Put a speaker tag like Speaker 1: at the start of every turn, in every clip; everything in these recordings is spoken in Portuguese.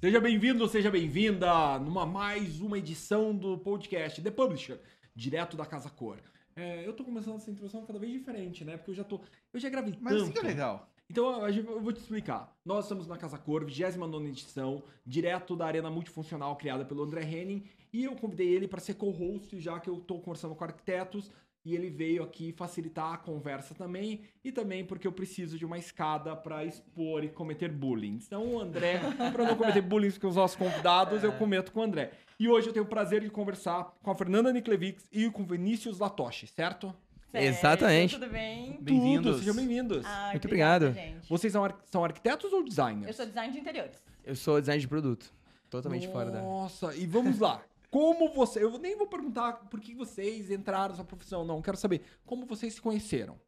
Speaker 1: Seja bem-vindo, seja bem-vinda numa mais uma edição do podcast The Publisher, direto da Casa Cor. É, eu tô começando essa introdução cada vez diferente, né? Porque eu já tô. Eu já gravei
Speaker 2: Mas
Speaker 1: tanto.
Speaker 2: fica legal.
Speaker 1: Então a gente- eu vou te explicar. Nós estamos na Casa Cor, 29 edição, direto da arena multifuncional criada pelo André Henning, e eu convidei ele para ser co-host, já que eu estou conversando com arquitetos, e ele veio aqui facilitar a conversa também, e também porque eu preciso de uma escada para expor e cometer bullying. Então o André, para não cometer bullying com os nossos convidados, eu cometo com o André. E hoje eu tenho o prazer de conversar com a Fernanda Niklevics e com o Vinícius Latoshi, certo?
Speaker 3: Certo,
Speaker 4: Exatamente.
Speaker 3: Tudo bem?
Speaker 2: Bem-vindos.
Speaker 1: Tudo, sejam bem-vindos.
Speaker 3: Ai,
Speaker 4: Muito
Speaker 3: obrigada,
Speaker 4: obrigado.
Speaker 3: gente.
Speaker 1: Vocês são, ar- são arquitetos ou designers?
Speaker 3: Ah. Eu sou design de interiores.
Speaker 4: Eu sou design de produto. Totalmente fora da.
Speaker 1: Nossa, e vamos lá. Como você. Eu nem vou perguntar por que vocês entraram nessa profissão, não. Quero saber como vocês se conheceram.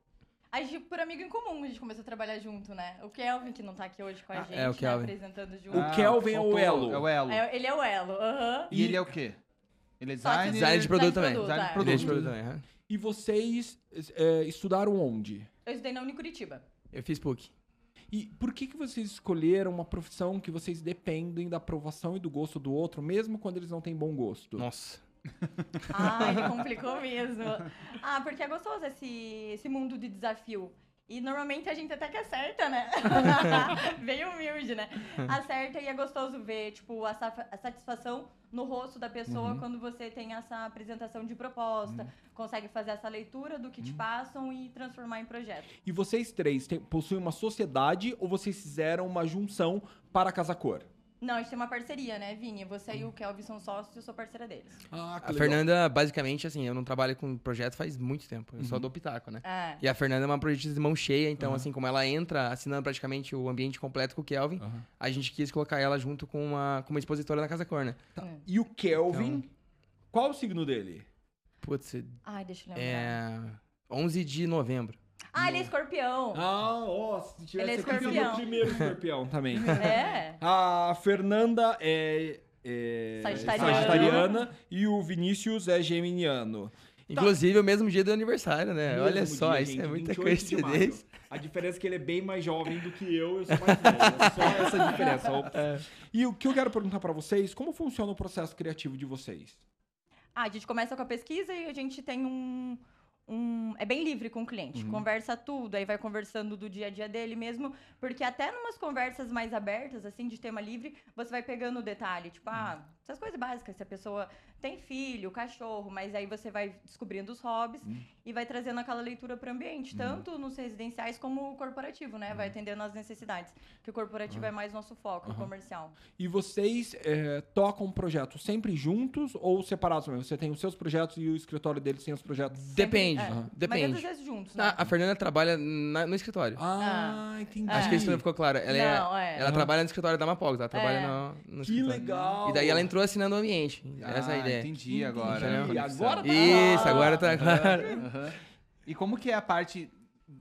Speaker 3: A gente, por amigo em comum, a gente começou a trabalhar junto, né? O Kelvin, que não tá aqui hoje com a
Speaker 4: Ah,
Speaker 3: gente,
Speaker 4: é, o
Speaker 3: né,
Speaker 4: Kelvin.
Speaker 3: apresentando junto.
Speaker 1: O
Speaker 2: Ah,
Speaker 1: Kelvin é o
Speaker 2: faltou.
Speaker 1: Elo.
Speaker 2: É o Elo.
Speaker 3: É, ele é o elo, aham.
Speaker 2: E ele é o quê? Ele é design.
Speaker 4: Design de produto também.
Speaker 2: Design de
Speaker 3: é.
Speaker 2: produto.
Speaker 4: Design de produto também. aham.
Speaker 1: E vocês é, estudaram onde?
Speaker 3: Eu estudei na Unicuritiba.
Speaker 4: Eu fiz PUC.
Speaker 1: E por que, que vocês escolheram uma profissão que vocês dependem da aprovação e do gosto do outro, mesmo quando eles não têm bom gosto?
Speaker 4: Nossa.
Speaker 3: Ah, ele complicou mesmo. Ah, porque é gostoso esse, esse mundo de desafio. E normalmente a gente até que acerta, né? Bem humilde, né? Acerta e é gostoso ver, tipo, a, safa- a satisfação no rosto da pessoa quando você tem essa apresentação de proposta, consegue fazer essa leitura do que te passam e transformar em projeto.
Speaker 1: E vocês três têm- possuem uma sociedade ou vocês fizeram uma junção para a Casa Cor?
Speaker 3: Não, a gente tem uma parceria, né, Vini? Você e o Kelvin são sócios e eu sou parceira deles.
Speaker 1: Ah,
Speaker 4: A Fernanda, basicamente, assim, eu não trabalho com projeto faz muito tempo. Eu
Speaker 1: Uhum.
Speaker 4: só dou pitaco, né?
Speaker 3: É.
Speaker 4: E a Fernanda é uma projetista de mão cheia, então, assim, como ela entra assinando praticamente o ambiente completo com o Kelvin,
Speaker 1: Aham.
Speaker 4: a gente quis colocar ela junto com uma, com uma expositora da Casa Cor, né?
Speaker 1: E o Kelvin. Qual o signo dele?
Speaker 4: Putz,
Speaker 1: É
Speaker 3: Ai, deixa eu lembrar.
Speaker 4: é. 11 de novembro.
Speaker 1: Tá.
Speaker 3: Ah, ele é escorpião.
Speaker 1: Ah, ó, se
Speaker 3: Ele é
Speaker 1: tivesse aqui, seria o
Speaker 3: escorpião.
Speaker 1: primeiro escorpião também.
Speaker 3: É.
Speaker 1: A Fernanda é, é
Speaker 3: Sagitariana.
Speaker 1: sagitariana e o Vinícius é geminiano.
Speaker 4: Inclusive, é o mesmo dia do aniversário, né? Olha
Speaker 1: Mesmo
Speaker 4: só,
Speaker 1: dia,
Speaker 4: isso
Speaker 1: gente,
Speaker 4: é muita
Speaker 1: 28 de maio.
Speaker 4: coincidência.
Speaker 1: A diferença é que ele é bem mais jovem do que eu, eu sou mais velho. né? Só essa diferença.
Speaker 4: É.
Speaker 1: E o que eu quero perguntar pra vocês, como funciona o processo criativo de vocês?
Speaker 3: Ah, a gente começa com a pesquisa e a gente tem um. um- é bem livre com o cliente.
Speaker 4: Uhum.
Speaker 3: Conversa tudo, aí vai conversando do dia a dia dele mesmo. Porque até numas conversas mais abertas, assim, de tema livre, você vai pegando o detalhe. Tipo, ah,
Speaker 4: Uhum.
Speaker 3: essas coisas básicas. Se a pessoa tem filho, cachorro, mas aí você vai descobrindo os hobbies
Speaker 4: Uhum.
Speaker 3: e vai trazendo aquela leitura para o ambiente, tanto nos residenciais como o corporativo, né?
Speaker 4: Uhum.
Speaker 3: Vai atendendo às necessidades. Que o corporativo é mais nosso foco, o comercial.
Speaker 1: E vocês é, tocam projetos sempre juntos ou separados mesmo? Você tem os seus projetos e o escritório deles tem os projetos?
Speaker 4: Depende,
Speaker 3: Sempre-
Speaker 4: uhum.
Speaker 3: é, Mas
Speaker 4: depende.
Speaker 3: às vezes juntos, né?
Speaker 1: Tá.
Speaker 4: Ah, a Fernanda trabalha na- no escritório.
Speaker 1: Ah, entendi.
Speaker 4: Acho que isso não ficou claro. Ela, é-
Speaker 3: Não, é.
Speaker 4: ela trabalha no escritório da Mapox, ela trabalha
Speaker 3: É.
Speaker 4: no, no
Speaker 1: Que
Speaker 4: escritório.
Speaker 1: legal!
Speaker 4: tá. E daí ela entrou assinando o ambiente. Essa é a
Speaker 2: Ah,
Speaker 4: ideia.
Speaker 2: Entendi agora.
Speaker 4: Entendeu?
Speaker 2: a conexão.
Speaker 1: Agora tá
Speaker 4: Isso, agora tá claro.
Speaker 2: Aham. E como que é a parte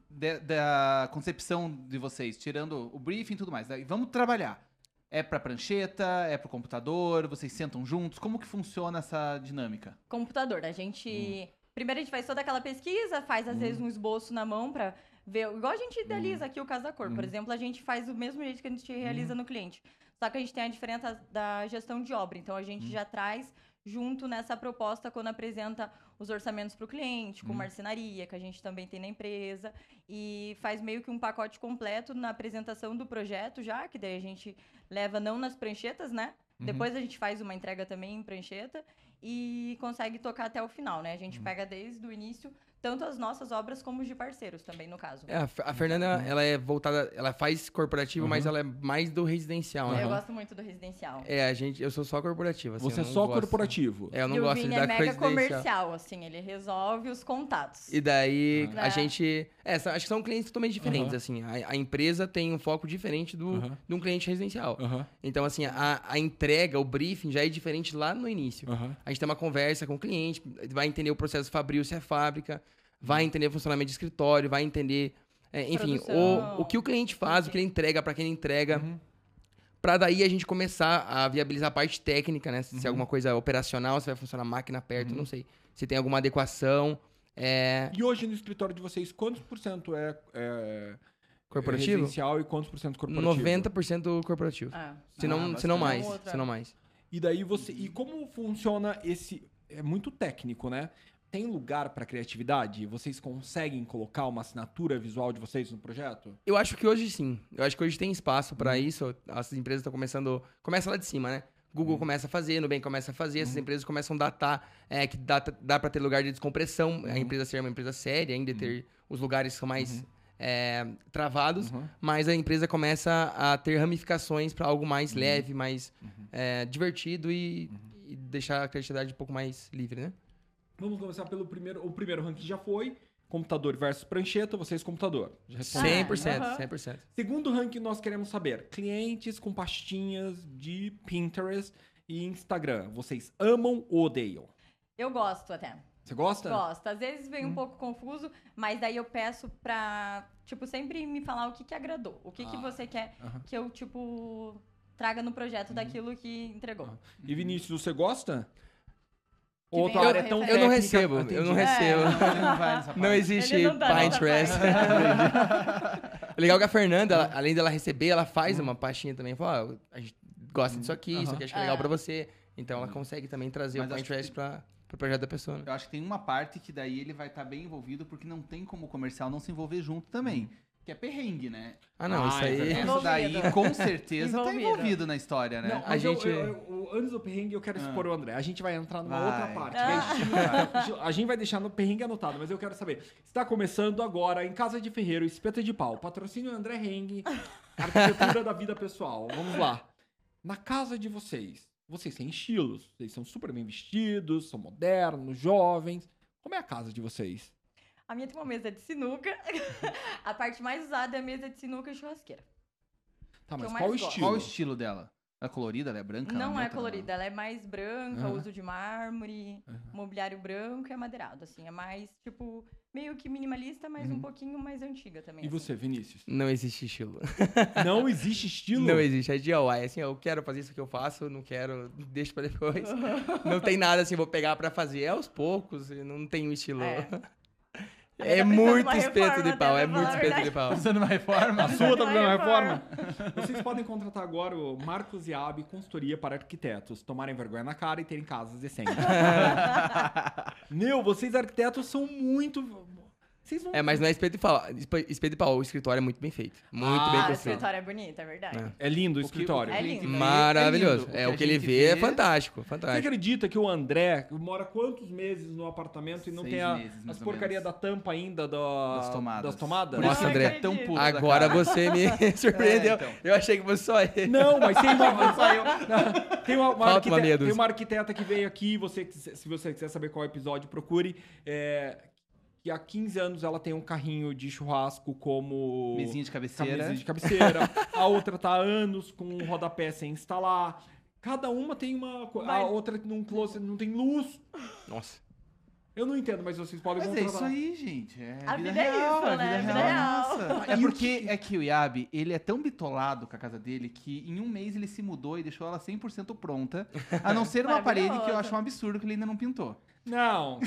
Speaker 2: de- da concepção de vocês, tirando o briefing e tudo mais? Daí, vamos trabalhar. É pra prancheta, é pro computador, vocês sentam juntos? Como que funciona essa dinâmica?
Speaker 3: computador. A gente. Primeiro a gente faz toda aquela pesquisa, faz às vezes um esboço na mão pra ver. Igual a gente idealiza aqui o caso da cor. Por exemplo, a gente faz do mesmo jeito que a gente realiza no cliente. Só que a gente tem a diferença da gestão de obra. Então a gente já traz junto nessa proposta quando apresenta os orçamentos para o cliente, com marcenaria, que a gente também tem na empresa, e faz meio que um pacote completo na apresentação do projeto já, que daí a gente leva não nas pranchetas, né? Depois a gente faz uma entrega também em prancheta e consegue tocar até o final, né? A gente pega desde o início tanto as nossas obras como os de parceiros também, no caso.
Speaker 4: É, a Fer- a Fernanda, ela é voltada, ela faz corporativo, mas
Speaker 1: Uhum.
Speaker 4: ela é mais do residencial, né?
Speaker 3: Eu gosto muito do residencial.
Speaker 4: É, a gente, eu sou só corporativo. assim,
Speaker 1: Você é
Speaker 4: eu não
Speaker 1: só
Speaker 4: gosto.
Speaker 1: corporativo.
Speaker 4: É, eu não
Speaker 3: e o
Speaker 4: gosto de
Speaker 3: Vini
Speaker 4: dar
Speaker 3: é mega
Speaker 4: residencial.
Speaker 3: comercial, assim, ele resolve os contatos.
Speaker 4: E daí
Speaker 3: Ah.
Speaker 4: a gente. É, são- acho que são clientes totalmente diferentes,
Speaker 1: Aham.
Speaker 4: assim. A, a empresa tem um foco diferente do,
Speaker 1: Aham.
Speaker 4: de um cliente residencial.
Speaker 1: Aham,
Speaker 4: Então, assim, a, a entrega, o briefing já é diferente lá no início.
Speaker 1: aham.
Speaker 4: A gente tem uma conversa com o cliente, vai entender o processo fabril, se é fábrica, vai entender o funcionamento de escritório, vai entender, é, enfim,
Speaker 3: Produção.
Speaker 4: o, o que o cliente faz, o que ele entrega, para quem ele entrega. Pra daí a gente começar a viabilizar a parte técnica, né? Se é alguma coisa operacional, se vai funcionar máquina perto, não sei. Se tem alguma adequação. É,
Speaker 1: E hoje no escritório de vocês, quantos por cento é, é,
Speaker 4: Corporativo?
Speaker 1: Residencial e quantos por cento corporativo?
Speaker 4: 90% corporativo.
Speaker 3: Ah,
Speaker 4: Se não,
Speaker 2: Ah,
Speaker 4: se
Speaker 2: bastante.
Speaker 4: não mais,
Speaker 3: Outra.
Speaker 4: se não mais.
Speaker 1: E daí você. E como funciona esse. É muito técnico, né? Tem lugar pra criatividade? Vocês conseguem colocar uma assinatura visual de vocês no projeto?
Speaker 4: Eu acho que hoje sim. Eu acho que hoje tem espaço pra
Speaker 1: Uhum.
Speaker 4: isso. As empresas estão começando. Começa lá de cima, né? Google
Speaker 1: Uhum.
Speaker 4: começa a fazer, Nubank começa a fazer, essas empresas começam a datar, é, que dá, dá para ter lugar de descompressão,
Speaker 1: Uhum.
Speaker 4: a empresa ser uma empresa séria, ainda ter os lugares que são mais é,
Speaker 1: Uhum.
Speaker 4: travados, mas a empresa começa a ter ramificações pra algo mais
Speaker 1: Uhum.
Speaker 4: leve, mais é, divertido e, e deixar a criatividade um pouco mais livre, né?
Speaker 1: Vamos começar pelo primeiro. O primeiro ranking já foi. Computador versus prancheta, vocês computador. Já respondi.
Speaker 4: 100%,
Speaker 3: aham.
Speaker 4: 100%.
Speaker 1: Segundo ranking nós queremos saber: clientes com pastinhas de Pinterest e Instagram. Vocês amam ou odeiam?
Speaker 3: Eu gosto até.
Speaker 1: Você
Speaker 4: Tá.
Speaker 1: gosta?
Speaker 3: Gosto. Às vezes
Speaker 4: Hum.
Speaker 3: vem um pouco confuso, mas daí eu peço pra, tipo, sempre me falar o que que agradou. O que que
Speaker 1: Ah,
Speaker 3: você quer
Speaker 1: aham.
Speaker 3: que eu, tipo, traga no projeto
Speaker 4: Uhum.
Speaker 3: daquilo que entregou.
Speaker 1: Aham. E Vinícius, você gosta? Ou
Speaker 3: vem
Speaker 1: tua
Speaker 3: uma
Speaker 1: área é tão
Speaker 4: Eu não
Speaker 1: técnica-
Speaker 4: recebo, eu
Speaker 1: Entendi.
Speaker 4: não recebo.
Speaker 2: Não, ele não vai nessa
Speaker 4: Não
Speaker 2: parte.
Speaker 4: existe
Speaker 3: Ele não dá nessa
Speaker 4: Pinterest. O legal é que a Fernanda, ela- além dela receber, ela faz uma pastinha também. Fala, ó, a gente gosta disso aqui, isso aqui acho que é legal
Speaker 3: É.
Speaker 4: pra você. Então ela consegue também trazer
Speaker 2: Mas
Speaker 4: o
Speaker 2: acho que
Speaker 4: Pinterest pra, pro projeto da pessoa. né?
Speaker 2: Eu acho que tem uma parte que daí ele vai estar bem envolvido, porque não tem como o comercial não se envolver junto também. Que é perrengue, né?
Speaker 4: Ah, não,
Speaker 1: Ah,
Speaker 4: isso
Speaker 1: é
Speaker 4: aí.
Speaker 1: verdade.
Speaker 2: Essa daí, com certeza, tá
Speaker 3: Envolvido.
Speaker 2: envolvido na história, né?
Speaker 1: Não,
Speaker 4: A
Speaker 1: mas eu-
Speaker 4: gente- Ah.
Speaker 1: eu- eu- antes do perrengue, eu quero expor o André. A gente vai entrar numa
Speaker 2: Vai.
Speaker 1: outra parte.
Speaker 3: Ah.
Speaker 1: Mas, Gil, A gente vai deixar no perrengue anotado, mas eu quero saber. Está começando agora em Casa de Ferreiro, Espeta de Pau. Patrocínio André Heng, Arquitetura da Vida Pessoal. Vamos lá. Na casa de vocês, vocês têm estilos. Vocês são super bem vestidos, são modernos, jovens. Como é a casa de vocês?
Speaker 3: A minha tem uma mesa de sinuca. a parte mais usada é a mesa de sinuca e churrasqueira.
Speaker 1: Tá, mas
Speaker 3: Que eu
Speaker 1: qual o
Speaker 3: mais gosto.
Speaker 1: estilo?
Speaker 2: Qual o estilo dela? Ela é colorida, ela é branca? ela
Speaker 3: não é
Speaker 2: neutra,
Speaker 3: colorida, ela é mais branca,
Speaker 1: Aham.
Speaker 3: uso de mármore, mobiliário branco e amadeirado, assim. É mais, tipo, meio que minimalista, mas um pouquinho mais antiga também.
Speaker 1: E
Speaker 3: assim.
Speaker 1: você, Vinícius?
Speaker 4: Não existe estilo.
Speaker 1: Não existe estilo?
Speaker 4: Não existe, é DIY. Assim, eu quero fazer isso que eu faço, não quero, deixa pra depois. Não tem nada assim, vou pegar pra fazer. É aos poucos, e não tem um estilo.
Speaker 3: É. Ela
Speaker 4: É,
Speaker 3: tá
Speaker 4: muito
Speaker 3: pensando numa
Speaker 4: espeto de
Speaker 3: reforma
Speaker 4: pau,
Speaker 3: dela,
Speaker 4: é
Speaker 3: pra
Speaker 4: muito
Speaker 3: falar a
Speaker 4: espeto de
Speaker 3: verdade.
Speaker 4: pau.
Speaker 2: Tá Usando uma reforma?
Speaker 1: A sua tá
Speaker 3: Vai,
Speaker 1: fazendo
Speaker 3: reforma.
Speaker 1: reforma? Vocês podem contratar agora o Marcos Iabe Consultoria para Arquitetos, tomarem vergonha na cara e terem casas decentes. Meu, vocês arquitetos são muito... Vocês vão...
Speaker 4: É, mas não é espeto de pau. Espeto de pau, o escritório é muito bem feito. Muito
Speaker 1: Ah,
Speaker 4: bem
Speaker 3: Ah, o
Speaker 4: construído.
Speaker 3: escritório é bonito, é verdade.
Speaker 4: É.
Speaker 1: É lindo o
Speaker 2: O que- o
Speaker 1: escritório.
Speaker 2: que
Speaker 3: É
Speaker 2: ele
Speaker 3: lindo.
Speaker 2: vê é
Speaker 4: Maravilhoso.
Speaker 2: lindo.
Speaker 4: É, o que
Speaker 2: a
Speaker 4: ele
Speaker 2: gente
Speaker 4: vê é fantástico,
Speaker 1: Você
Speaker 4: fantástico.
Speaker 1: acredita que é o André mora quantos meses no apartamento e não
Speaker 2: Seis
Speaker 1: tem a,
Speaker 2: meses, mais
Speaker 1: as
Speaker 2: ou
Speaker 1: porcaria da
Speaker 2: menos.
Speaker 1: tampa ainda da-
Speaker 2: Das tomadas.
Speaker 1: das tomadas?
Speaker 2: Por isso
Speaker 4: Nossa,
Speaker 2: que ele
Speaker 4: André.
Speaker 2: é tão puro da
Speaker 4: Agora
Speaker 2: cara.
Speaker 4: você me surpreendeu.
Speaker 2: É, então.
Speaker 4: Eu achei que fosse só ele.
Speaker 1: Não, mas tem uma, tem uma, uma
Speaker 4: Falta uma
Speaker 1: arquiteta,
Speaker 4: meia
Speaker 1: tem
Speaker 4: dúzia.
Speaker 1: uma arquiteta que veio aqui, você, se você quiser saber qual episódio, procure. é, que há 15 anos ela tem um carrinho de churrasco como...
Speaker 2: Mesinha de cabeceira.
Speaker 1: então. Camisinha de cabeceira. a outra tá há anos com um rodapé sem instalar. Cada uma tem uma... co-
Speaker 3: Vai.
Speaker 1: A outra num closet não tem luz.
Speaker 4: Nossa.
Speaker 1: Eu não entendo, mas vocês podem
Speaker 2: Mas é
Speaker 1: contratar.
Speaker 2: isso aí, gente. É
Speaker 3: A
Speaker 2: vida,
Speaker 3: vida é
Speaker 2: real,
Speaker 3: isso,
Speaker 2: é
Speaker 3: né?
Speaker 2: Vida
Speaker 3: A vida é
Speaker 2: real.
Speaker 3: real.
Speaker 2: nossa. É porque é que o Yabi, ele é tão bitolado com a casa dele que em um mês ele se mudou e deixou ela 100% pronta. A não ser uma parede que eu acho um absurdo que ele ainda não pintou.
Speaker 1: Não.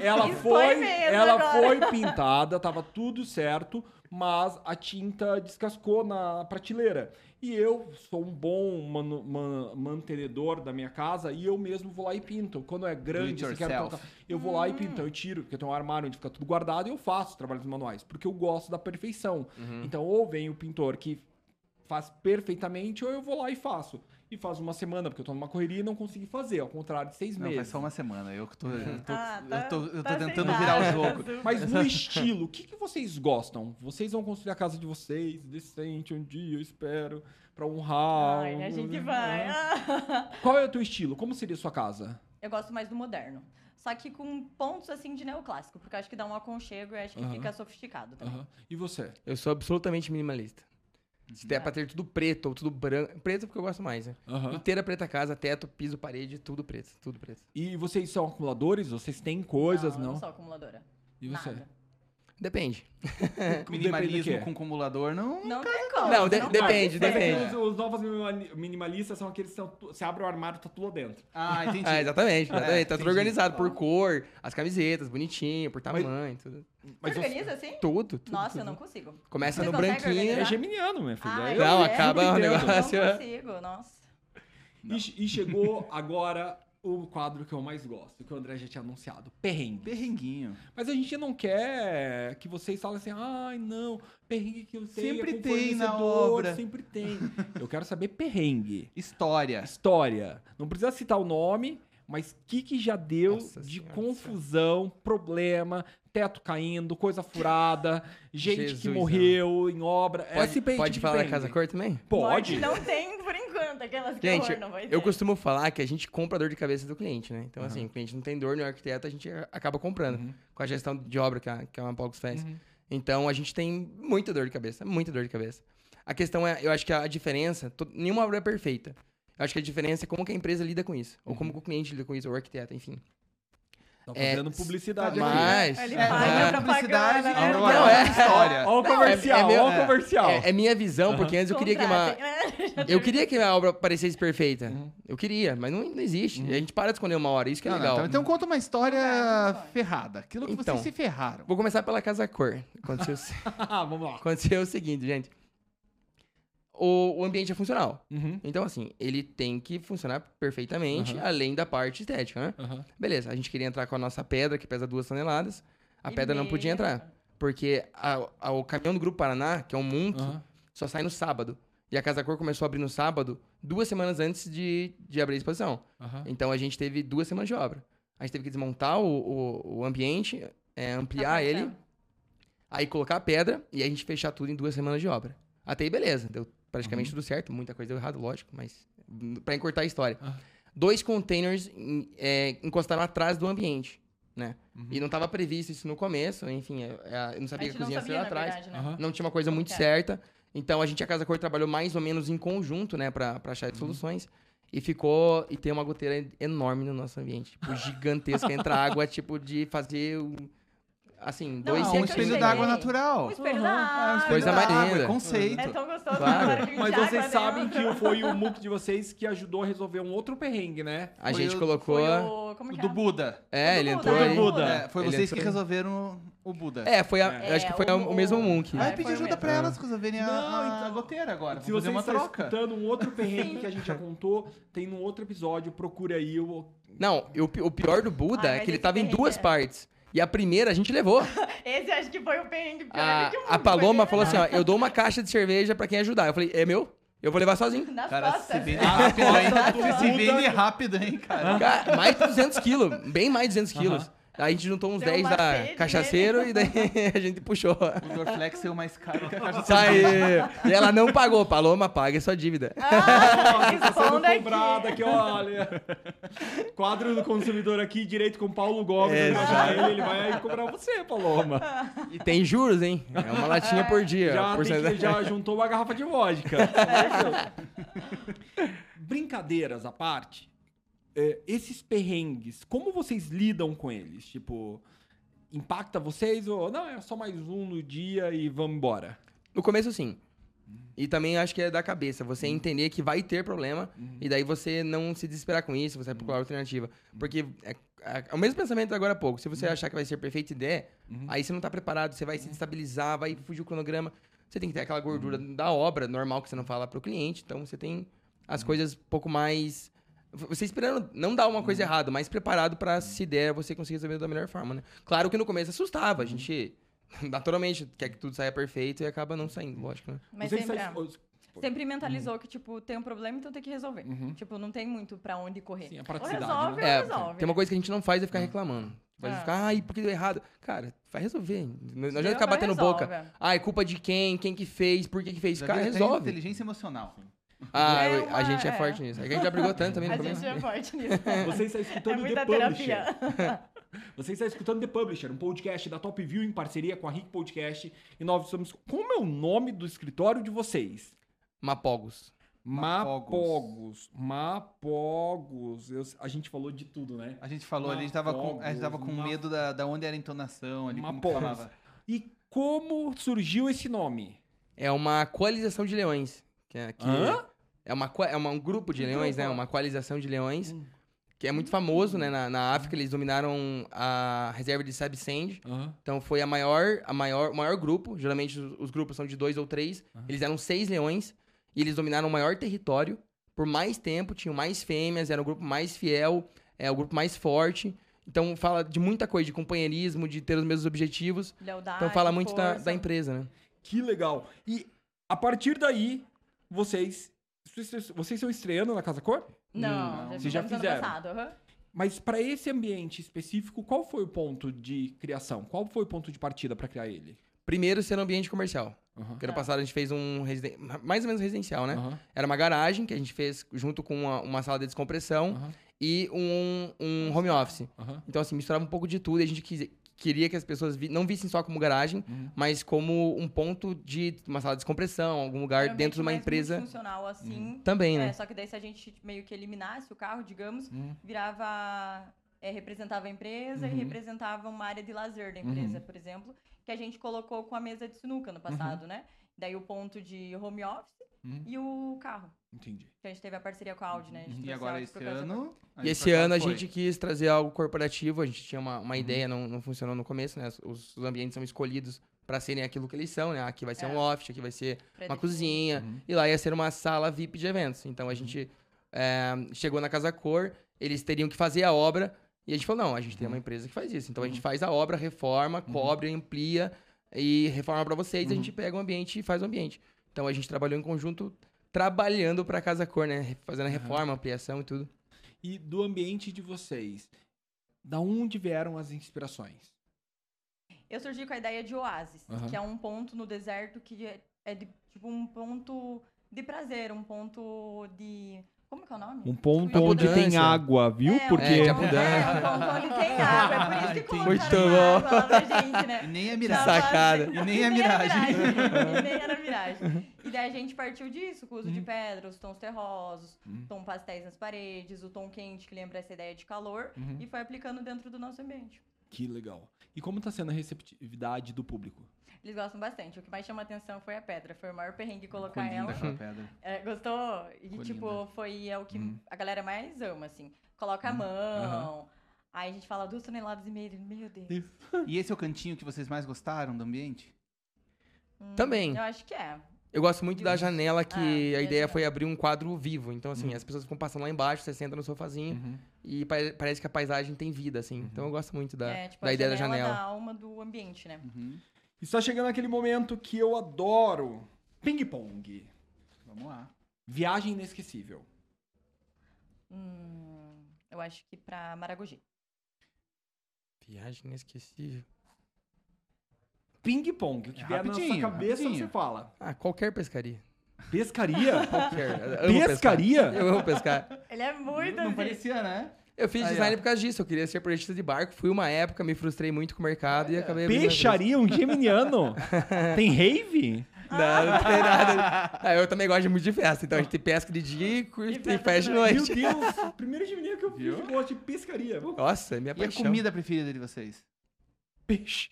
Speaker 1: Ela
Speaker 3: Isso
Speaker 1: foi,
Speaker 3: foi mesmo
Speaker 1: ela
Speaker 3: agora.
Speaker 1: foi pintada, tava tudo certo, mas a tinta descascou na prateleira. E eu sou um bom manu- man- mantenedor da minha casa e eu mesmo vou lá e pinto. Quando é grande,
Speaker 2: it
Speaker 1: assim, quero
Speaker 2: yourself.
Speaker 1: colocar- eu vou lá e pinto,
Speaker 3: Hum.
Speaker 1: eu tiro, porque eu tenho um armário onde fica tudo guardado e eu faço trabalhos manuais, porque eu gosto da perfeição.
Speaker 2: Uhum.
Speaker 1: Então, ou vem o pintor que faz perfeitamente, ou eu vou lá e faço. E faz uma semana, porque eu tô numa correria e não consegui fazer, ao contrário de seis
Speaker 2: Não,
Speaker 1: meses.
Speaker 2: faz só uma semana. Eu que tô, eu tô,
Speaker 3: Ah,
Speaker 2: eu
Speaker 3: tá-
Speaker 2: tô- eu tô
Speaker 3: tá sem
Speaker 2: tentando
Speaker 3: nada,
Speaker 2: virar o jogo.
Speaker 3: super.
Speaker 1: Mas no estilo, o que, que vocês gostam? Vocês vão construir a casa de vocês, decente, um dia, eu espero, pra honrar.
Speaker 3: Ai, a
Speaker 1: um-
Speaker 3: gente vai. Ah.
Speaker 1: Qual é o teu estilo? Como seria a sua casa?
Speaker 3: Eu gosto mais do moderno. Só que com pontos assim de neoclássico, porque eu acho que dá um aconchego e acho que
Speaker 1: Aham.
Speaker 3: fica sofisticado também.
Speaker 1: Aham. E você?
Speaker 4: Eu sou absolutamente minimalista. Se der pra ter tudo preto ou tudo branco. Preto porque eu gosto mais, né?
Speaker 1: Aham.
Speaker 4: Inteira preta casa, teto, piso, parede, tudo preto. Tudo preto.
Speaker 1: E vocês são acumuladores? Vocês têm coisas?
Speaker 3: não, eu
Speaker 1: Não.
Speaker 3: não sou acumuladora.
Speaker 1: E você?
Speaker 3: Nada.
Speaker 4: Depende.
Speaker 2: É, Minimalismo
Speaker 1: quê?
Speaker 2: com acumulador não.
Speaker 3: Não tem como.
Speaker 4: Não, de-
Speaker 3: pode
Speaker 4: depende,
Speaker 3: ser.
Speaker 1: É,
Speaker 4: depende.
Speaker 1: que Os, os novos minimali- minimalistas são aqueles que são tu- você abre o armário e tá tudo lá dentro.
Speaker 2: Ah, entendi.
Speaker 4: Ah, exatamente, exatamente. tá
Speaker 2: entendi.
Speaker 4: tudo organizado por cor, as camisetas, bonitinho, por tamanho, tudo.
Speaker 1: Mas
Speaker 3: Organiza assim?
Speaker 4: Tudo, tudo.
Speaker 3: Nossa, eu
Speaker 4: tudo.
Speaker 3: não consigo.
Speaker 4: Começa
Speaker 3: Vocês
Speaker 4: no
Speaker 3: conseguem
Speaker 4: branquinho.
Speaker 1: É
Speaker 3: organizar?
Speaker 1: geminiano, minha filha.
Speaker 3: Ah,
Speaker 1: Eu-
Speaker 4: Não,
Speaker 3: é?
Speaker 4: acaba um
Speaker 1: o
Speaker 4: negócio. né?
Speaker 3: Não consigo, nossa.
Speaker 1: E, che- e chegou agora o quadro que eu mais gosto, que o André já tinha anunciado. Perrengue.
Speaker 2: Perrenguinho.
Speaker 1: Mas a gente não quer que vocês falem assim, ai não, perrengue que eu tenho.
Speaker 2: Sempre
Speaker 1: é com
Speaker 2: tem na
Speaker 1: fornecedor,
Speaker 2: obra."
Speaker 1: Sempre tem. Eu quero saber perrengue.
Speaker 2: História.
Speaker 1: História. Não precisa citar o nome, mas o que, que já deu
Speaker 4: Nossa
Speaker 1: de
Speaker 4: Senhora do
Speaker 1: confusão, problema, teto caindo, coisa furada, gente que
Speaker 4: Jesus,
Speaker 1: morreu em obra.
Speaker 4: Pode,
Speaker 1: Esse pe-
Speaker 4: pode
Speaker 1: tipo de
Speaker 4: falar da
Speaker 1: perrengue.
Speaker 4: Casa Cor também?
Speaker 1: Pode.
Speaker 3: Não tem, por enquanto, aquelas que
Speaker 4: Gente,
Speaker 3: horror, não vai
Speaker 4: Eu
Speaker 3: ter.
Speaker 4: costumo falar que a gente compra a dor de cabeça do cliente, né? Então, assim, o cliente não tem dor no arquiteto, a gente a- acaba comprando
Speaker 2: Uhum.
Speaker 4: com a gestão de obra que a, que a Ampogos faz.
Speaker 1: Uhum.
Speaker 4: Então, a gente tem muita dor de cabeça, muita dor de cabeça. A questão é, eu acho que a diferença, to- nenhuma obra é perfeita. Eu acho que a diferença é como que a empresa lida com isso, ou como
Speaker 2: Uhum.
Speaker 4: que o cliente lida com isso, ou o arquiteto, enfim.
Speaker 1: Tá
Speaker 4: É, tá
Speaker 1: fazendo publicidade aqui.
Speaker 4: Mas...
Speaker 3: Ele
Speaker 2: É,
Speaker 3: paga pra pagar,
Speaker 2: publicidade.
Speaker 3: né?
Speaker 2: Agora,
Speaker 4: Não, é.
Speaker 1: Olha
Speaker 2: história.
Speaker 1: o comercial,
Speaker 4: é- é meu-
Speaker 1: olha o comercial.
Speaker 4: É, é minha visão, porque antes eu queria que uma,
Speaker 3: Contratem.
Speaker 4: Eu queria que a obra parecesse perfeita. Eu queria, mas não, não existe. E a gente para de esconder uma hora, isso que é
Speaker 2: Uhum. Não, não,
Speaker 4: legal.
Speaker 2: então, então conta uma história ferrada. Aquilo que
Speaker 4: Então.
Speaker 2: vocês se ferraram.
Speaker 4: Vou começar pela Casa Cor. Aconteceu,
Speaker 1: Ah, Vamos lá.
Speaker 4: aconteceu o seguinte, gente. O, o ambiente é funcional.
Speaker 1: Uhum.
Speaker 4: Então, assim, ele tem que funcionar perfeitamente, além da parte estética, né?
Speaker 1: Aham.
Speaker 4: Beleza, a gente queria entrar com a nossa pedra, que pesa duas toneladas. A pedra não podia
Speaker 3: Beleza.
Speaker 4: entrar. Porque a- a- o caminhão do Grupo Paraná, que é um Munk,
Speaker 1: Aham.
Speaker 4: só sai no sábado. E a Casa Cor começou a abrir no sábado, duas semanas antes de, de abrir a exposição.
Speaker 1: Aham.
Speaker 4: Então a gente teve duas semanas de obra. A gente teve que desmontar o, o- o ambiente, é, ampliar
Speaker 3: Tá
Speaker 4: ele,
Speaker 3: bacana.
Speaker 4: aí colocar a pedra e a gente fechar tudo em duas semanas de obra. Até aí, beleza. Deu praticamente
Speaker 2: Uhum.
Speaker 4: tudo certo. Muita coisa deu errado, lógico, mas hum, pra encurtar a história.
Speaker 1: Ah.
Speaker 4: Dois containers em- é, encostaram atrás do ambiente, né?
Speaker 2: Uhum.
Speaker 4: E não estava previsto isso no começo, enfim, é- é, eu não
Speaker 3: A
Speaker 4: sabia que
Speaker 3: gente
Speaker 4: a
Speaker 3: não sabia,
Speaker 4: cozinha seria
Speaker 3: na
Speaker 4: atrás.
Speaker 3: verdade, né?
Speaker 1: Aham.
Speaker 4: Não tinha uma coisa muito
Speaker 3: Como que
Speaker 4: certa. Então a gente, a Casa Cor, trabalhou mais ou menos em conjunto, né, pra, pra
Speaker 2: Uhum.
Speaker 4: achar soluções. E ficou. E tem uma goteira enorme no nosso ambiente. Tipo, gigantesca. Entra água, tipo, de fazer. um- Assim,
Speaker 3: Não,
Speaker 2: Ah,
Speaker 4: dois
Speaker 3: é
Speaker 2: um
Speaker 3: que eu
Speaker 2: espelho
Speaker 3: cheguei.
Speaker 2: d'água
Speaker 3: O
Speaker 2: natural.
Speaker 3: espelho
Speaker 1: é,
Speaker 3: da
Speaker 2: Ah, um
Speaker 3: água.
Speaker 2: espelho
Speaker 4: Coisa
Speaker 2: da água,
Speaker 4: maneira.
Speaker 2: é conceito.
Speaker 3: É tão gostoso
Speaker 4: Claro.
Speaker 3: claro. que
Speaker 1: Mas vocês sabem que o- foi o MOOC de vocês que ajudou a resolver um outro perrengue, né?
Speaker 4: A
Speaker 2: Foi
Speaker 4: gente
Speaker 2: o-
Speaker 4: colocou.
Speaker 3: Foi o... Como
Speaker 2: O
Speaker 3: que
Speaker 2: do
Speaker 3: é?
Speaker 2: Buda.
Speaker 4: É,
Speaker 3: do
Speaker 4: ele
Speaker 3: Buda.
Speaker 4: entrou.
Speaker 3: Foi do
Speaker 4: aí.
Speaker 1: Buda.
Speaker 2: É, foi
Speaker 4: Ele
Speaker 2: vocês que
Speaker 4: entrou-
Speaker 2: resolveram o Buda.
Speaker 4: É, foi a-
Speaker 1: É.
Speaker 4: eu acho que foi
Speaker 3: É,
Speaker 4: a-
Speaker 3: o-
Speaker 4: o, mesmo Monk.
Speaker 2: Vai
Speaker 3: É,
Speaker 2: pedir
Speaker 3: foi
Speaker 2: ajuda
Speaker 3: mesmo.
Speaker 2: pra elas resolverem a,
Speaker 1: Não,
Speaker 2: a
Speaker 1: então-
Speaker 2: goteira agora.
Speaker 1: Se
Speaker 2: Vou fazer
Speaker 1: você
Speaker 2: uma
Speaker 1: está
Speaker 2: troca.
Speaker 1: escutando um outro perrengue que a gente já contou, tem num outro episódio, procura aí o...
Speaker 4: Não, e o, pi- o pior do Buda
Speaker 3: Ah,
Speaker 4: é
Speaker 3: mas
Speaker 4: que ele
Speaker 3: esse
Speaker 4: tava em
Speaker 3: perrengue
Speaker 4: duas
Speaker 3: é-
Speaker 4: partes. E a primeira a gente levou.
Speaker 3: Esse acho que foi o perrengue pior
Speaker 4: A,
Speaker 3: que o
Speaker 4: Ah, a Paloma falou assim: ó, eu dou uma caixa de cerveja pra quem ajudar. Eu falei: é meu? Eu vou levar sozinho.
Speaker 3: Nas
Speaker 2: Cara,
Speaker 3: costas.
Speaker 2: se vende
Speaker 1: Ah,
Speaker 2: rápido, hein?
Speaker 1: nossa, tudo
Speaker 2: Se
Speaker 1: muda.
Speaker 2: vende rápido, hein, cara?
Speaker 4: Cara, mais de 200 quilos, bem mais de 200 quilos.
Speaker 1: Aham.
Speaker 4: Aí a gente juntou uns
Speaker 3: Deu
Speaker 4: 10
Speaker 3: uma
Speaker 4: da
Speaker 3: sede
Speaker 4: cachaceiro e daí a gente puxou.
Speaker 2: O Dorflex saiu mais caro que a caixa de
Speaker 4: Sai. E ela não pagou. Paloma, paga sua dívida.
Speaker 3: Ah,
Speaker 1: Nossa, tá sendo
Speaker 3: responda
Speaker 1: cobrada aqui, olha. Quadro do consumidor aqui, direito com Paulo Gomes.
Speaker 4: É,
Speaker 1: ele vai achar ele, ele vai cobrar você, Paloma.
Speaker 4: E tem juros, hein? É uma latinha por dia.
Speaker 1: Já, tem que-
Speaker 4: porcentagem.
Speaker 1: já juntou uma garrafa de vodka. É, então. Brincadeiras à parte, é, esses perrengues, como vocês lidam com eles? Tipo, impacta vocês ou não, é só mais um no dia e vamos embora?
Speaker 4: No começo, sim. E também acho que é da cabeça. Você entender que vai ter problema e daí você não se desesperar com isso, você vai procurar alternativa. Porque é, é- é o mesmo pensamento agora há pouco. Se você achar que vai ser perfeito e der, aí você não tá preparado, você vai se destabilizar, vai fugir o cronograma. Você tem que ter aquela gordura da obra normal que você não fala pro cliente. Então você tem as coisas um pouco mais. Você esperando não dar uma coisa errada, mas preparado pra se der, você conseguir resolver da melhor forma, né? Claro que no começo assustava, a gente naturalmente quer que tudo saia perfeito e acaba não saindo, lógico, né?
Speaker 3: Mas
Speaker 1: Vocês
Speaker 3: sempre,
Speaker 1: saem-
Speaker 3: ah, sempre
Speaker 4: Uhum.
Speaker 3: mentalizou que, tipo, tem um problema, então tem que resolver. Tipo, não tem muito pra onde correr.
Speaker 1: Sim, a
Speaker 3: Ou
Speaker 1: praticidade,
Speaker 3: resolve,
Speaker 4: É,
Speaker 3: ou resolve.
Speaker 4: tem uma coisa que a gente não faz é ficar
Speaker 1: Hum.
Speaker 4: reclamando. Vai
Speaker 3: Ah.
Speaker 4: ficar, ai, porque deu errado. Cara, vai resolver. Não não adianta
Speaker 3: Resolve,
Speaker 4: ficar batendo
Speaker 3: resolve.
Speaker 4: boca. Ai, culpa de quem? Quem que fez? Por que que fez?
Speaker 2: Já
Speaker 4: Cara,
Speaker 2: veio até
Speaker 4: resolve.
Speaker 2: Inteligência emocional.
Speaker 4: Ah,
Speaker 3: É
Speaker 4: eu-
Speaker 3: uma-
Speaker 4: a gente é,
Speaker 3: é.
Speaker 4: forte nisso. É que a gente já brigou tanto também no
Speaker 3: A
Speaker 4: começo.
Speaker 3: gente é forte nisso.
Speaker 1: Vocês estão
Speaker 3: É
Speaker 1: escutando The
Speaker 3: muita
Speaker 1: Publisher.
Speaker 3: terapia.
Speaker 1: Você está escutando The Publisher, um podcast da Top View em parceria com a Rick Podcast. E nós somos. Como é o nome do escritório de vocês?
Speaker 4: Mapogos.
Speaker 1: Mapogos. Mapogos. Eu- a gente falou de tudo, né?
Speaker 2: A gente falou ali, a gente tava com, a gente tava com
Speaker 1: Mapogos,
Speaker 2: medo da, da onde era a entonação ali, como que
Speaker 1: Mapogos.
Speaker 2: falava.
Speaker 1: E como surgiu esse nome?
Speaker 4: É uma coalização de leões. Que é, que
Speaker 1: Hã?
Speaker 4: é, uma, co- é uma- um grupo de
Speaker 1: Que
Speaker 4: leões, né?
Speaker 1: grupo? Hum.
Speaker 4: Uma coalização de leões. Que é muito famoso, né? Na, na África, eles dominaram a reserva de Sabsend.
Speaker 1: Aham.
Speaker 4: Então foi a maior, a maior, o maior grupo. Geralmente os, os grupos são de dois ou três. Eles eram seis leões e eles dominaram o maior território por mais tempo, tinham mais fêmeas, era o grupo mais fiel, é o grupo mais forte. Então fala de muita coisa, de companheirismo, de ter os mesmos objetivos.
Speaker 3: Lealdade,
Speaker 4: Então fala muito da,
Speaker 3: força.
Speaker 4: da empresa, né?
Speaker 1: Que legal. E a partir daí, vocês. Vocês vocês estão estreando na Casa Cor?
Speaker 2: Não.
Speaker 3: Não,
Speaker 1: Vocês já
Speaker 3: fizemos ano
Speaker 1: fizeram.
Speaker 3: passado, aham.
Speaker 1: Mas para esse ambiente específico, qual foi o ponto de criação? Qual foi o ponto de partida para criar ele?
Speaker 4: Primeiro ser um ambiente comercial.
Speaker 1: Aham.
Speaker 4: Porque ano
Speaker 3: Tá.
Speaker 4: passado a gente fez um residen... mais ou menos residencial, né?
Speaker 1: Aham.
Speaker 4: Era uma garagem que a gente fez junto com uma, uma sala de descompressão
Speaker 1: Aham.
Speaker 4: e um, um home office.
Speaker 1: Aham.
Speaker 4: Então, assim, misturava um pouco de tudo e a gente quis- queria que as pessoas vi- não vissem só como garagem,
Speaker 1: Uhum.
Speaker 4: mas como um ponto de uma sala de descompressão, algum lugar
Speaker 3: Era um
Speaker 4: Tá dentro de uma
Speaker 3: ambiente mais
Speaker 4: empresa
Speaker 3: multifuncional, assim.
Speaker 4: também,
Speaker 3: É,
Speaker 4: né?
Speaker 3: só que daí se a gente meio que eliminasse o carro, digamos,
Speaker 1: Uhum.
Speaker 3: virava. é, representava a empresa e
Speaker 1: Uhum.
Speaker 3: representava uma área de lazer da empresa, por exemplo, que a gente colocou com a mesa de sinuca no passado, né? Daí o ponto de home office
Speaker 1: Uhum.
Speaker 3: e o carro.
Speaker 1: Entendi.
Speaker 3: Que a gente teve a parceria com a Audi, né? A gente
Speaker 2: Uhum. E
Speaker 3: trouxe a
Speaker 2: agora
Speaker 3: Audi
Speaker 2: esse
Speaker 3: por causa da-
Speaker 2: ano.
Speaker 4: E esse ano a
Speaker 2: foi. Uhum.
Speaker 4: gente quis trazer algo corporativo, a gente tinha uma, uma ideia, não, não funcionou no começo, né? Os, os ambientes são escolhidos para serem aquilo que eles são, né? Aqui vai ser um
Speaker 3: É.
Speaker 4: loft, aqui vai ser
Speaker 3: pra
Speaker 4: uma
Speaker 3: definir.
Speaker 4: cozinha,
Speaker 1: Uhum.
Speaker 4: e lá ia ser uma sala VIP de eventos. Então a gente é, chegou na Casa Cor, eles teriam que fazer a obra, e a gente falou: não, a gente tem uma empresa que faz isso. Então a gente faz a obra, reforma, cobre, amplia e reforma para vocês, e a gente pega o ambiente e faz o ambiente. Então a gente trabalhou em conjunto, trabalhando para Casa Cor, né? Fazendo a reforma, ampliação e tudo.
Speaker 1: E do ambiente de vocês, da onde vieram as inspirações?
Speaker 3: Eu surgi com a ideia de oásis,
Speaker 1: Aham.
Speaker 3: que é um ponto no deserto que é, é de, tipo um ponto de prazer, um ponto de. Como que é o nome?
Speaker 1: Um ponto
Speaker 3: Abundância.
Speaker 1: onde tem água, viu?
Speaker 3: É,
Speaker 1: Porque.
Speaker 4: É, de
Speaker 3: um ponto,
Speaker 4: abundância.
Speaker 3: é, um ponto onde tem água. É por isso que
Speaker 2: Entendi.
Speaker 3: colocaram
Speaker 4: Muito
Speaker 3: a
Speaker 4: bom.
Speaker 3: água lá pra gente,
Speaker 2: E
Speaker 3: né?
Speaker 2: nem é
Speaker 3: Não,
Speaker 2: miragem.
Speaker 4: Saca. Sacada.
Speaker 3: mas-
Speaker 2: E nem é miragem.
Speaker 3: miragem. e nem era miragem. E daí a gente partiu disso, com o uso
Speaker 4: Hum.
Speaker 3: de pedra, os tons terrosos,
Speaker 1: Uhum.
Speaker 3: tom pastéis nas paredes, o tom quente, que lembra essa ideia de calor,
Speaker 4: Hum.
Speaker 1: Uhum.
Speaker 3: e foi aplicando dentro do nosso ambiente.
Speaker 1: Que legal. E como tá sendo a receptividade do público?
Speaker 3: Eles gostam bastante. O que mais chama atenção foi a pedra. Foi o maior perrengue colocar
Speaker 2: Ficou linda
Speaker 3: ela.
Speaker 2: aquela pedra.
Speaker 3: É, gostou? E,
Speaker 2: Ficou
Speaker 3: tipo,
Speaker 2: linda.
Speaker 3: foi é o que
Speaker 1: Hum.
Speaker 3: a galera mais ama, assim. Coloca
Speaker 4: Hum.
Speaker 3: a mão. Aí a gente fala duas toneladas e meia. ele, Meu Deus.
Speaker 2: E esse é o cantinho que vocês mais gostaram do ambiente?
Speaker 3: Hum,
Speaker 4: Também.
Speaker 3: Eu acho que é.
Speaker 4: Eu gosto muito da janela, que
Speaker 3: Ah,
Speaker 4: a
Speaker 3: e a
Speaker 4: ideia
Speaker 3: janela?
Speaker 4: foi abrir um quadro vivo. Então, assim, as pessoas ficam passando lá embaixo, você senta no
Speaker 1: Uhum.
Speaker 4: sofazinho e pa- parece que a paisagem tem vida, assim. Então eu gosto muito da,
Speaker 3: é, tipo,
Speaker 4: da
Speaker 3: a
Speaker 4: ideia da janela.
Speaker 3: da alma do ambiente, né?
Speaker 2: Uhum.
Speaker 1: Está chegando aquele momento que eu adoro. Ping pong.
Speaker 2: Vamos lá.
Speaker 1: Viagem inesquecível.
Speaker 3: Hum, eu acho que pra Maragogi.
Speaker 4: Viagem inesquecível.
Speaker 1: Ping pong. O que
Speaker 2: É
Speaker 1: vier na sua
Speaker 2: rapidinho,
Speaker 1: cabeça
Speaker 2: rapidinho.
Speaker 1: você fala.
Speaker 4: Ah, qualquer pescaria.
Speaker 1: Pescaria?
Speaker 4: Qualquer. Eu amo pescar.
Speaker 1: Pescaria?
Speaker 4: Eu amo pescar.
Speaker 3: Ele é muito
Speaker 2: Não
Speaker 3: assim.
Speaker 2: parecia, né?
Speaker 4: Eu fiz
Speaker 2: Aí,
Speaker 4: design
Speaker 2: ó.
Speaker 4: por causa disso. Eu queria ser projetista de barco. Fui uma época, me frustrei muito com o mercado e acabei... abrindo uma
Speaker 1: Peixaria? Um geminiano? Tem rave?
Speaker 4: empresa. Não, não tem nada. Ah, eu também gosto muito de festa. Então a gente tem pesca de dia e curte- e
Speaker 3: festa
Speaker 4: festa de
Speaker 3: de
Speaker 1: Meu
Speaker 4: noite.
Speaker 1: Deus. Primeiro geminiano que eu
Speaker 2: Viu?
Speaker 1: fiz gosto de pescaria. Vamos.
Speaker 4: Nossa, minha
Speaker 2: E a
Speaker 4: É paixão.
Speaker 2: comida preferida de vocês?
Speaker 1: Peixe.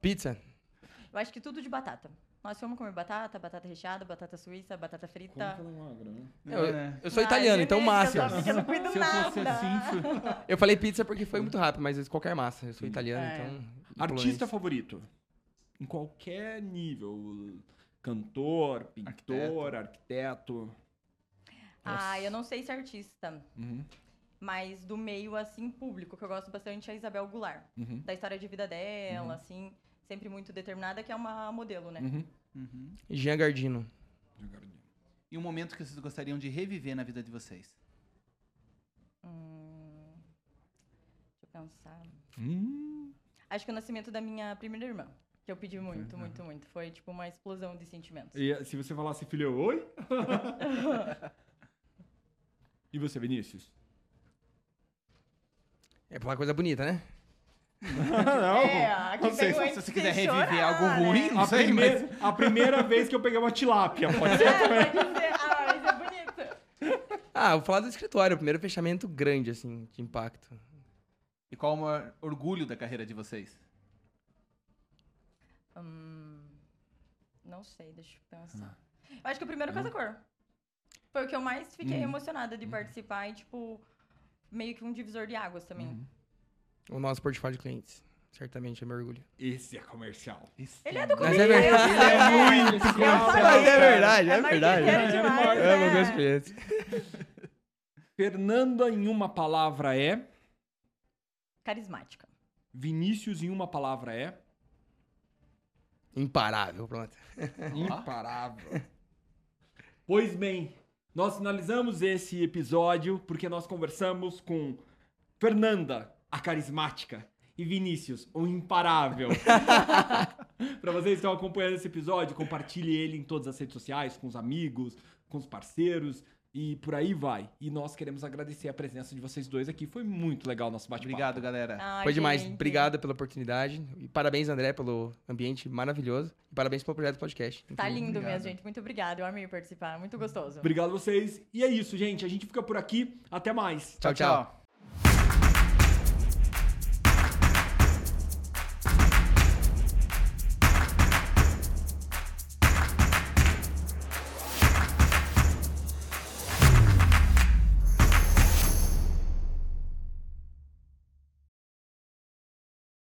Speaker 4: Pizza.
Speaker 3: Eu acho que tudo de batata. Nós fomos comer batata, batata recheada, batata suíça, batata
Speaker 4: Tá.
Speaker 3: frita.
Speaker 1: Como que ela é magra, né?
Speaker 4: Eu,
Speaker 2: É.
Speaker 3: Ah,
Speaker 4: eu sou italiano, então massa.
Speaker 3: Eu não cuido
Speaker 2: Se eu
Speaker 3: nada.
Speaker 2: fosse assim...
Speaker 4: Eu falei pizza porque foi muito rápido, mas qualquer massa. Eu sou italiano,
Speaker 3: É.
Speaker 4: então. e
Speaker 1: Artista
Speaker 4: polonês.
Speaker 1: favorito? Em qualquer nível. Cantor, pintor, arquiteto.
Speaker 3: Ah,
Speaker 4: Nossa.
Speaker 3: eu não sei se é artista,
Speaker 1: Uhum,
Speaker 3: mas do meio, assim, público, que eu gosto bastante é a Isabel Goulart.
Speaker 1: uhum,
Speaker 3: Da história de vida dela, assim, sempre muito determinada, que é uma modelo, né?
Speaker 1: uhum.
Speaker 2: Uhum.
Speaker 4: Jean Gardino.
Speaker 2: E um momento que vocês gostariam de reviver na vida de vocês?
Speaker 3: Hum, deixa eu pensar.
Speaker 1: Hum,
Speaker 3: Acho que o nascimento da minha primeira irmã, que eu pedi muito, muito, muito. Foi, tipo, uma explosão de sentimentos.
Speaker 1: e se você falasse, filho, oi? e você, Vinícius?
Speaker 4: É pra falar coisa bonita, né?
Speaker 1: não.
Speaker 3: É, aqui
Speaker 2: Não sei
Speaker 3: veio
Speaker 2: se
Speaker 3: antes
Speaker 2: você
Speaker 3: de
Speaker 2: quiser
Speaker 3: chorar,
Speaker 2: reviver algo
Speaker 3: né?
Speaker 2: ruim, não
Speaker 1: A,
Speaker 2: sei, mas...
Speaker 1: primeira, a primeira vez que eu peguei uma tilápia, pode ser?
Speaker 3: É, pode ser. Ah, isso é bonito.
Speaker 4: Ah, vou falar do escritório. O primeiro fechamento grande, assim, de impacto.
Speaker 2: E qual o maior orgulho da carreira de vocês?
Speaker 3: Hum, não sei, deixa eu pensar. Eu acho que o primeiro Casa Cor. Foi o que eu mais fiquei emocionada de participar e, tipo, meio que um divisor de águas também.
Speaker 4: O nosso portfólio de clientes. Certamente, eu me orgulho.
Speaker 1: Esse é comercial.
Speaker 3: Ele é do
Speaker 4: Mas
Speaker 3: comercial.
Speaker 4: é verdade.
Speaker 3: ele é muito né?
Speaker 4: Mas é verdade, é
Speaker 1: verdade.
Speaker 3: Demais,
Speaker 4: Eu amo meus
Speaker 3: né?
Speaker 4: clientes.
Speaker 1: Fernanda em uma palavra é.
Speaker 3: Carismática.
Speaker 1: Vinícius em uma palavra é.
Speaker 4: Imparável, pronto.
Speaker 1: Imparável. Pois bem, nós finalizamos esse episódio porque nós conversamos com Fernanda, a carismática, e Vinícius, o imparável. Para vocês que estão acompanhando esse episódio, compartilhe ele em todas as redes sociais, com os amigos, com os parceiros e por aí vai. E nós queremos agradecer a presença de vocês dois aqui. Foi muito legal o nosso bate-papo.
Speaker 2: Obrigado, galera.
Speaker 3: Ai,
Speaker 4: Foi demais.
Speaker 3: gente.
Speaker 4: Obrigado pela oportunidade. E parabéns, André, pelo ambiente maravilhoso. E parabéns pelo projeto do podcast.
Speaker 3: Tá
Speaker 4: Incrível.
Speaker 3: lindo
Speaker 2: Obrigado.
Speaker 3: mesmo, gente. Muito obrigada. Eu amei participar. Muito gostoso.
Speaker 1: Obrigado a vocês. E é isso, gente. A gente fica por aqui. Até mais.
Speaker 4: Tchau, tchau.
Speaker 2: tchau.